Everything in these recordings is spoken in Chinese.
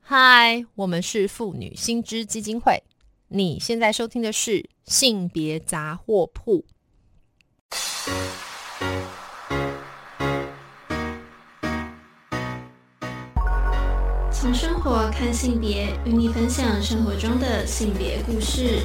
嗨，我们是妇女新知基金会。你现在收听的是《性别杂货铺》。从生活看性别，与你分享生活中的性别故事。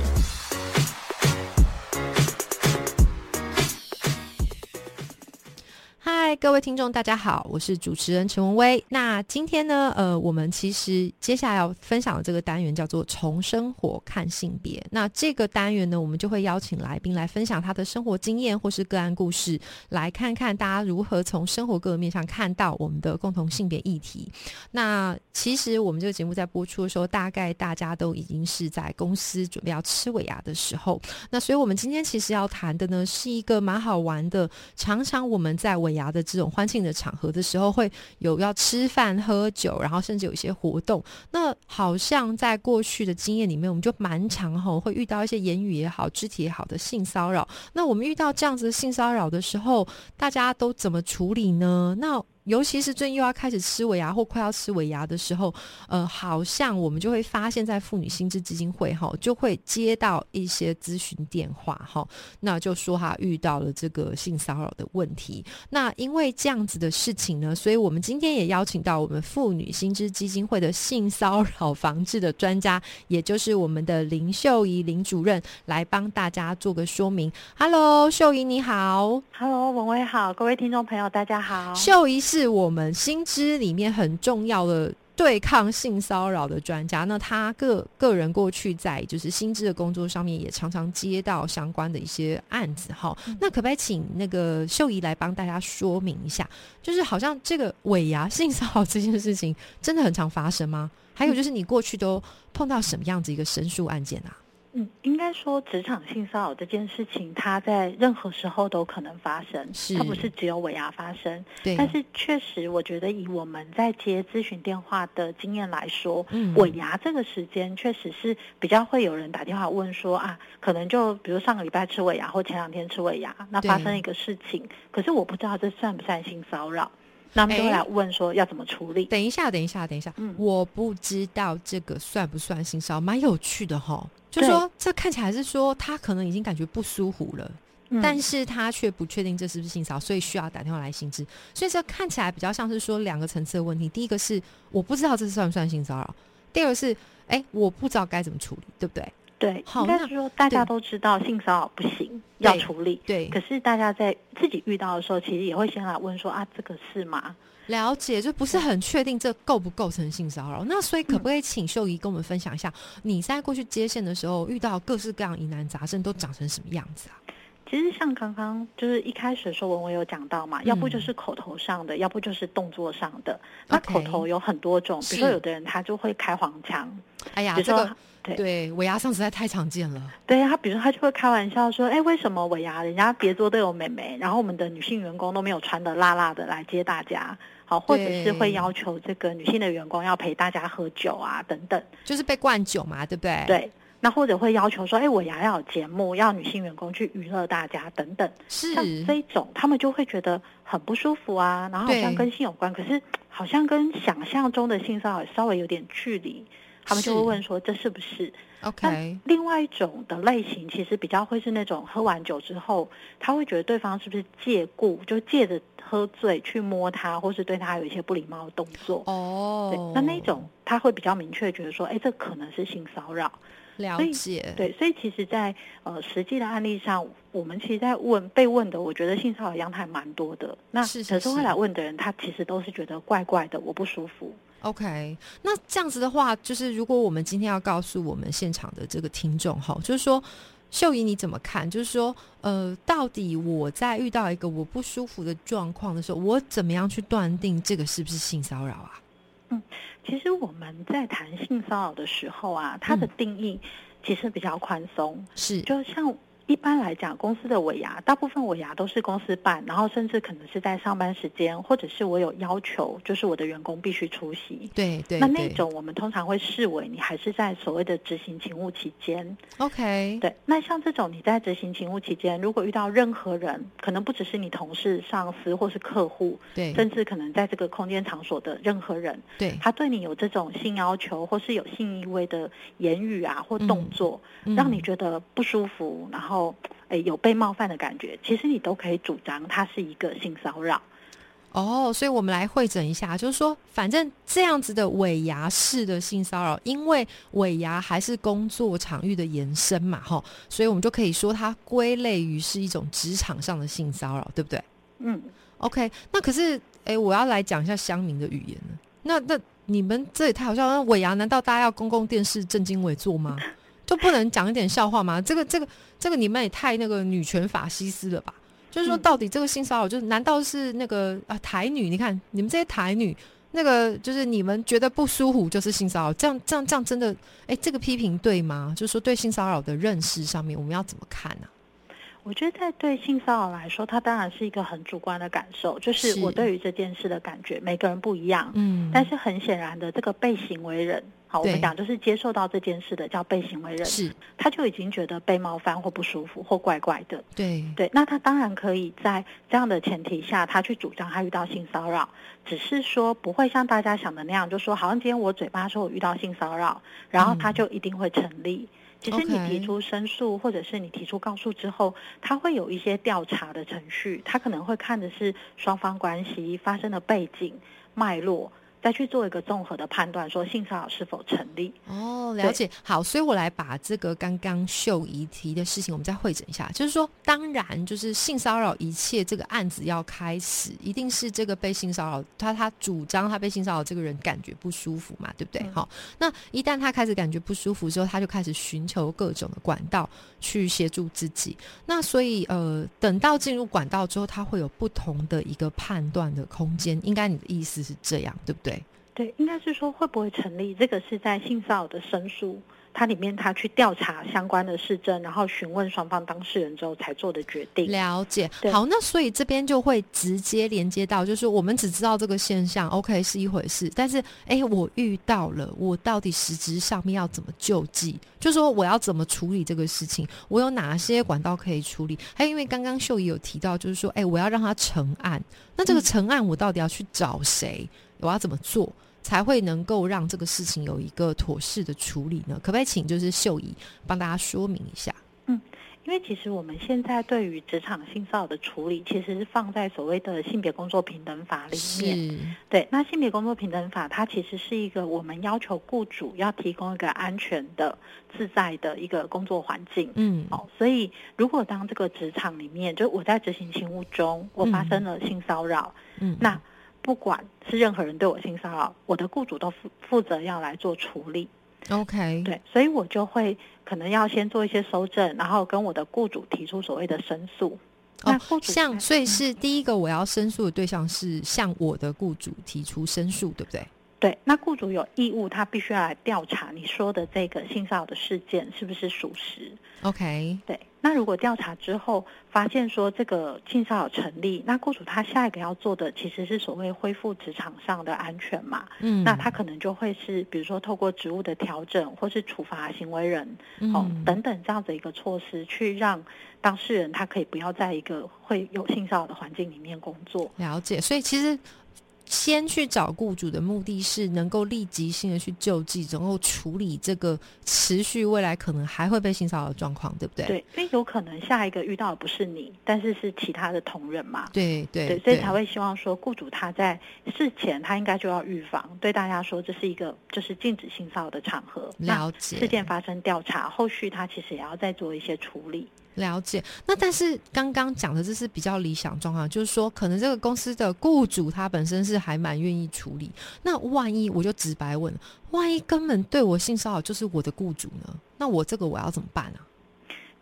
嗨，各位听众，大家好，我是主持人陈文威。那今天呢，呃，我们其实接下来要分享的这个单元叫做“从生活看性别”。那这个单元呢，我们就会邀请来宾来分享他的生活经验或是个案故事，来看看大家如何从生活各个面上看到我们的共同性别议题。那其实我们这个节目在播出的时候，大概大家都已经是在公司准备要吃尾牙的时候。那所以我们今天其实要谈的呢，是一个蛮好玩的常常我们在尾牙的这种欢庆的场合的时候，会有要吃饭、喝酒，然后甚至有一些活动。那好像在过去的经验里面，我们就蛮常吼会遇到一些言语也好、肢体也好的性骚扰。那我们遇到这样子的性骚扰的时候，大家都怎么处理呢？那尤其是最近又要开始吃尾牙或快要吃尾牙的时候，呃，好像我们就会发现，在妇女心智基金会哈，就会接到一些咨询电话哈，那就说他遇到了这个性骚扰的问题。那因为这样子的事情呢，所以我们今天也邀请到我们妇女心智基金会的性骚扰防治的专家，也就是我们的林秀仪林主任来帮大家做个说明。Hello，秀仪你好。 Hello，文威好，各位听众朋友，大家好。秀仪是我们新知里面很重要的对抗性骚扰的专家。那他个个人过去在就是新知的工作上面，也常常接到相关的一些案子哈。那可不可以请那个秀仪来帮大家说明一下？就是好像这个尾牙性骚扰这件事情真的很常发生吗？还有就是你过去都碰到什么样子一个申诉案件啊？嗯，应该说职场性骚扰这件事情，它在任何时候都可能发生，是它不是只有尾牙发生。对，但是确实，我觉得以我们在接咨询电话的经验来说，嗯尾牙这个时间确实是比较会有人打电话问说啊，可能就比如上个礼拜吃尾牙或前两天吃尾牙，那对发生一个事情，可是我不知道这算不算性骚扰，那他们就会哎来问说要怎么处理。等一下，等一下，等一下，嗯我不知道这个算不算性骚扰，蛮有趣的哈。就对说这看起来是说他可能已经感觉不舒服了，嗯但是他却不确定这是不是性骚扰，所以需要打电话来性知。所以这看起来比较像是说两个层次的问题。第一个是我不知道这算不算性骚扰，第二个是哎、我不知道该怎么处理，对不对？对，好应该那是说大家对都知道性骚扰不行，要对处理。对，可是大家在自己遇到的时候，其实也会先来问说啊，这个是吗？了解，就不是很确定这构不构成性骚扰。那所以嗯可不可以请秀仪跟我们分享一下，你在过去接线的时候遇到各式各样疑难杂症都长成什么样子啊？其实像刚刚就是一开始的时候，文文有讲到嘛，要嗯不就是口头上的，要不就是动作上的。那 OK 口头有很多种，比是如说有的人他就会开黄腔，哎呀，比如这说、个对尾牙上实在太常见了。对他，比如说他就会开玩笑说，哎，为什么尾牙人家别桌都有美眉，然后我们的女性员工都没有穿的辣辣的来接大家，好，或者对是会要求这个女性的员工要陪大家喝酒啊等等。就是被灌酒嘛，对不对？，对，那或者会要求说，哎，尾牙要有节目，要女性员工去娱乐大家等等，是像这种他们就会觉得很不舒服啊，然后好像对跟性有关，可是好像跟想象中的性骚扰稍微有点距离，他们就是会问说这是不是？ OK，另外一种的类型其实比较会是那种喝完酒之后，他会觉得对方是不是借故就借着喝醉去摸他，或是对他有一些不礼貌的动作。对哦，，那那种他会比较明确地觉得说，哎，这可能是性骚扰。了所以解，对，所以其实在，呃实际的案例上，我们其实，在问被问的，我觉得性骚扰样态蛮多的。那是是可是会是来问的人，他其实都是觉得怪怪的，我不舒服。 OK，那这样子的话，就是如果我们今天要告诉我们现场的这个听众哈，就是说。秀仪，你怎么看？就是说，呃，到底我在遇到一个我不舒服的状况的时候，我怎么样去断定这个是不是性骚扰啊？其实我们在谈性骚扰的时候啊，它的嗯定义其实比较宽松，是就像一般来讲，公司的尾牙，大部分尾牙都是公司办，然后甚至可能是在上班时间，或者是我有要求，就是我的员工必须出席。对对，那那对种我们通常会视为你还是在所谓的执行勤务期间。 OK，对，那像这种你在执行勤务期间，如果遇到任何人，可能不只是你同事、上司或是客户，对甚至可能在这个空间场所的任何人，对，他对你有这种性要求或是有性意味的言语啊或动作，嗯让你觉得不舒服，然后诶有被冒犯的感觉，其实你都可以主张它是一个性骚扰。哦，所以我们来会诊一下，就是说，反正这样子的尾牙式的性骚扰，因为尾牙还是工作场域的延伸嘛，哈，所以我们就可以说它归类于是一种职场上的性骚扰，对不对嗯， ？OK，那可是，诶，我要来讲一下乡民的语言呢。那那你们这也太好笑了，那尾牙难道大家要公共电视正襟危坐吗？就不能讲一点笑话吗？这个这个这个，你们也太那个女权法西斯了吧？就是说，嗯到底这个性骚扰，就是难道是那个啊台女？你看你们这些台女，那个就是你们觉得不舒服就是性骚扰，这样这样这样真的，哎，这个批评对吗？就是说对性骚扰的认识上面，我们要怎么看啊呢、我觉得在对性骚扰来说，它当然是一个很主观的感受，就是是我对于这件事的感觉，每个人不一样。嗯，但是很显然的，这个被行为人，好，我对们讲就是接受到这件事的叫被行为人，是他就已经觉得被冒犯或不舒服或怪怪的。对对，那他当然可以在这样的前提下，他去主张他遇到性骚扰，只是说不会像大家想的那样，就说好像今天我嘴巴说我遇到性骚扰，然后他就一定会成立。其实你 OK 提出申诉，或者是你提出告诉之后，他会有一些调查的程序，他可能会看的是双方关系发生的背景、脉络，再去做一个综合的判断，说性骚扰是否成立。哦，对了解。好，所以我来把这个刚刚秀仪提的事情，我们再会诊一下。就是说，当然，就是性骚扰一切这个案子要开始，一定是这个被性骚扰，他他主张他被性骚扰这个人感觉不舒服嘛，对不对？嗯好、那一旦他开始感觉不舒服之后，他就开始寻求各种的管道去协助自己。那所以，呃，等到进入管道之后，他会有不同的一个判断的空间。应该你的意思是这样，对不对？对，应该是说会不会成立？这个是在性骚扰的申诉，它里面他去调查相关的事证，然后询问双方当事人之后才做的决定。了解，对好，那所以这边就会直接连接到，就是我们只知道这个现象，OK 是一回事，但是哎、诶我遇到了，我到底实质上面要怎么救济？就说我要怎么处理这个事情，我有哪些管道可以处理？还有，因为刚刚秀仪有提到，就是说，哎、我要让它成案，那这个嗯成案我到底要去找谁？我要怎么做？才会能够让这个事情有一个妥适的处理呢？可不可以请就是秀仪帮大家说明一下？因为其实我们现在对于职场性骚扰的处理，其实是放在所谓的性别工作平等法里面。是，对，那性别工作平等法它其实是一个我们要求雇主要提供一个安全的、自在的一个工作环境。嗯，哦，所以如果当这个职场里面，就是我在执行勤务中，我发生了性骚扰，嗯，那不管是任何人对我性骚扰，我的雇主都负负责要来做处理。 OK，对，所以我就会可能要先做一些搜证，然后跟我的雇主提出所谓的申诉。那哦雇，主嗯像在所以是第一个我要申诉的对象是向我的雇主提出申诉，对不对？对，那雇主有义务，他必须要来调查你说的这个性骚扰的事件是不是属实。 ？OK，对，那如果调查之后发现说这个性骚扰成立，那雇主他下一个要做的其实是所谓恢复职场上的安全嘛？嗯，那他可能就会是比如说透过职务的调整，或是处罚行为人，哦嗯，等等这样子一个措施，去让当事人他可以不要在一个会有性骚扰的环境里面工作。了解，所以其实。先去找雇主的目的是能够立即性的去救济，能够处理这个持续未来可能还会被性骚扰的状况，对不对？对，因为有可能下一个遇到的不是你，但是是其他的同仁嘛。对对对，所以才会希望说，雇主他在事前他应该就要预防，对大家说这是一个就是禁止性骚扰的场合。那了解事件发生调查，后续他其实也要再做一些处理。了解，那但是刚刚讲的这是比较理想状况，就是说可能这个公司的雇主他本身是还蛮愿意处理。那万一我就直白问，万一根本对我性骚扰就是我的雇主呢？那我这个我要怎么办啊？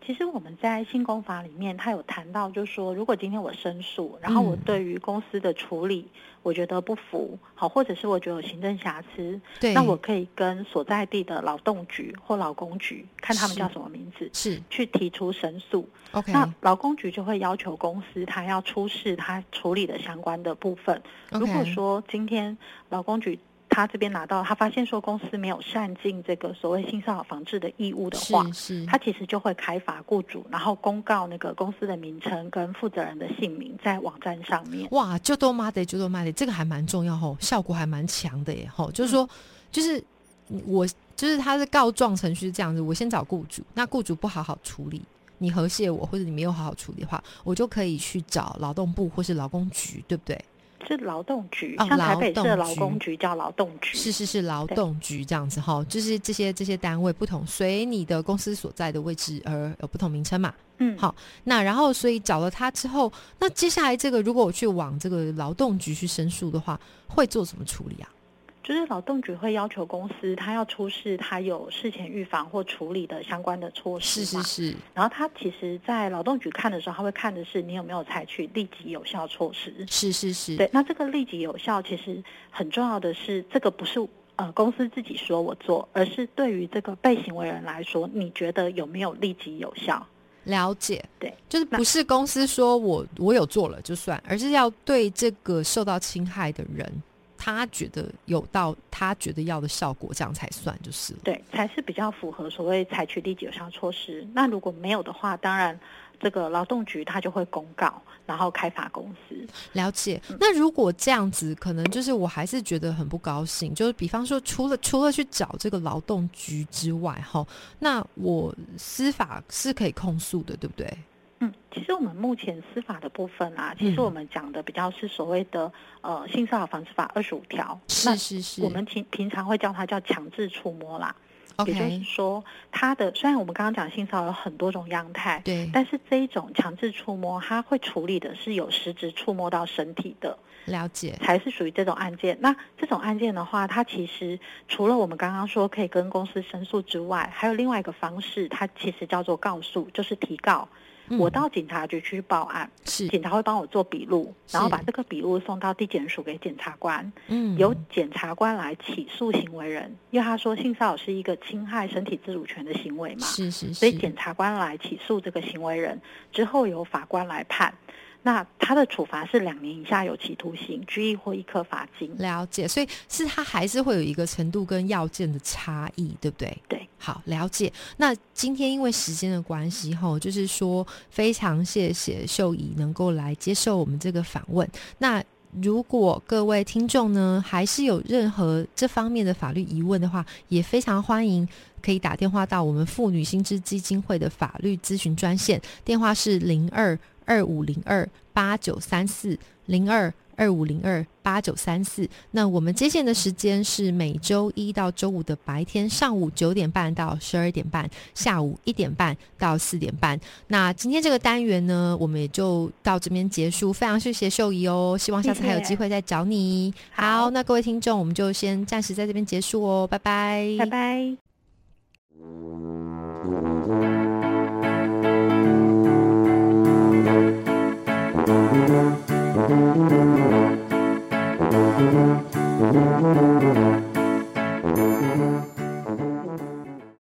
其实我们在性工法里面，它有谈到，就是说，如果今天我申诉，然后嗯我对于公司的处理，我觉得不服，好，或者是我觉得有行政瑕疵，对，那我可以跟所在地的劳动局或劳工局，看他们叫什么名字，是去提出申诉。 OK，那劳工局就会要求公司，他要出示他处理的相关的部分。如果 OK，说今天劳工局他这边拿到，他发现说公司没有善尽这个所谓性骚扰防治的义务的话，是是，他其实就会开罚雇主，然后公告那个公司的名称跟负责人的姓名在网站上面。哇，就多妈的，就多妈的，这个还蛮重要吼，效果还蛮强的耶吼。就是说，就是我就是他的告状程序是这样子，我先找雇主，那雇主不好好处理，你和谐我或者你没有好好处理的话，我就可以去找劳动部或是劳工局，对不对？是劳动局，哦像台北市的劳动劳局工局叫劳动局，是是是，劳动局这样子哈，就是这些这些单位不同，随你的公司所在的位置而有不同名称嘛。嗯，好那然后，所以找了他之后，那接下来这个如果我去往这个劳动局去申诉的话，会做什么处理啊？就是劳动局会要求公司，他要出示他有事前预防或处理的相关的措施是是嘛是，然后他其实，在劳动局看的时候，他会看的是你有没有采取立即有效措施。是是是，对，那这个立即有效，其实很重要的是，这个不是呃公司自己说我做，而是对于这个被行为人来说，你觉得有没有立即有效？了解，对，就是不是公司说我我有做了就算，而是要对这个受到侵害的人，他觉得有到他觉得要的效果，这样才算就是了。对，才是比较符合所谓采取立即有效措施。那如果没有的话，当然这个劳动局他就会公告，然后开罚公司。了解。嗯那如果这样子，可能就是我还是觉得很不高兴。就是比方说，除了除了去找这个劳动局之外，哈，那我司法是可以控诉的，对不对？嗯，其实我们目前司法的部分啊，其实嗯我们讲的比较是所谓的呃性骚扰防治法二十五条。是那是是，我们平平常会叫它叫强制触摸啦，也就是 OK，说，它的虽然我们刚刚讲性骚扰有很多种样态，对，但是这一种强制触摸，它会处理的是有实质触摸到身体的，了解，才是属于这种案件。那这种案件的话，它其实除了我们刚刚说可以跟公司申诉之外，还有另外一个方式，它其实叫做告诉，就是提告。嗯我到警察局去报案，是警察会帮我做笔录，是然后把这个笔录送到地检署给检察官，嗯由检察官来起诉行为人，因为他说性骚扰是一个侵害身体自主权的行为嘛，是是是，所以检察官来起诉这个行为人之后，由法官来判。那他的处罚是两年以下有期徒刑、拘役或一颗罚金。了解，所以是它还是会有一个程度跟要件的差异，对不对？对，好，了解。那今天因为时间的关系，哈，就是说非常谢谢秀仪能够来接受我们这个访问。那如果各位听众呢，还是有任何这方面的法律疑问的话，也非常欢迎可以打电话到我们妇女薪资基金会的法律咨询专线，电话是零二二五零二八九三四零二二五零二八九三四。那我们接线的时间是每周一到周五的白天上午九点半到十二点半，下午一点半到四点半。那今天这个单元呢，我们也就到这边结束。非常谢谢秀仪哦，希望下次还有谢谢机会再找你。好，好那各位听众，我们就先暂时在这边结束哦，拜拜，拜拜。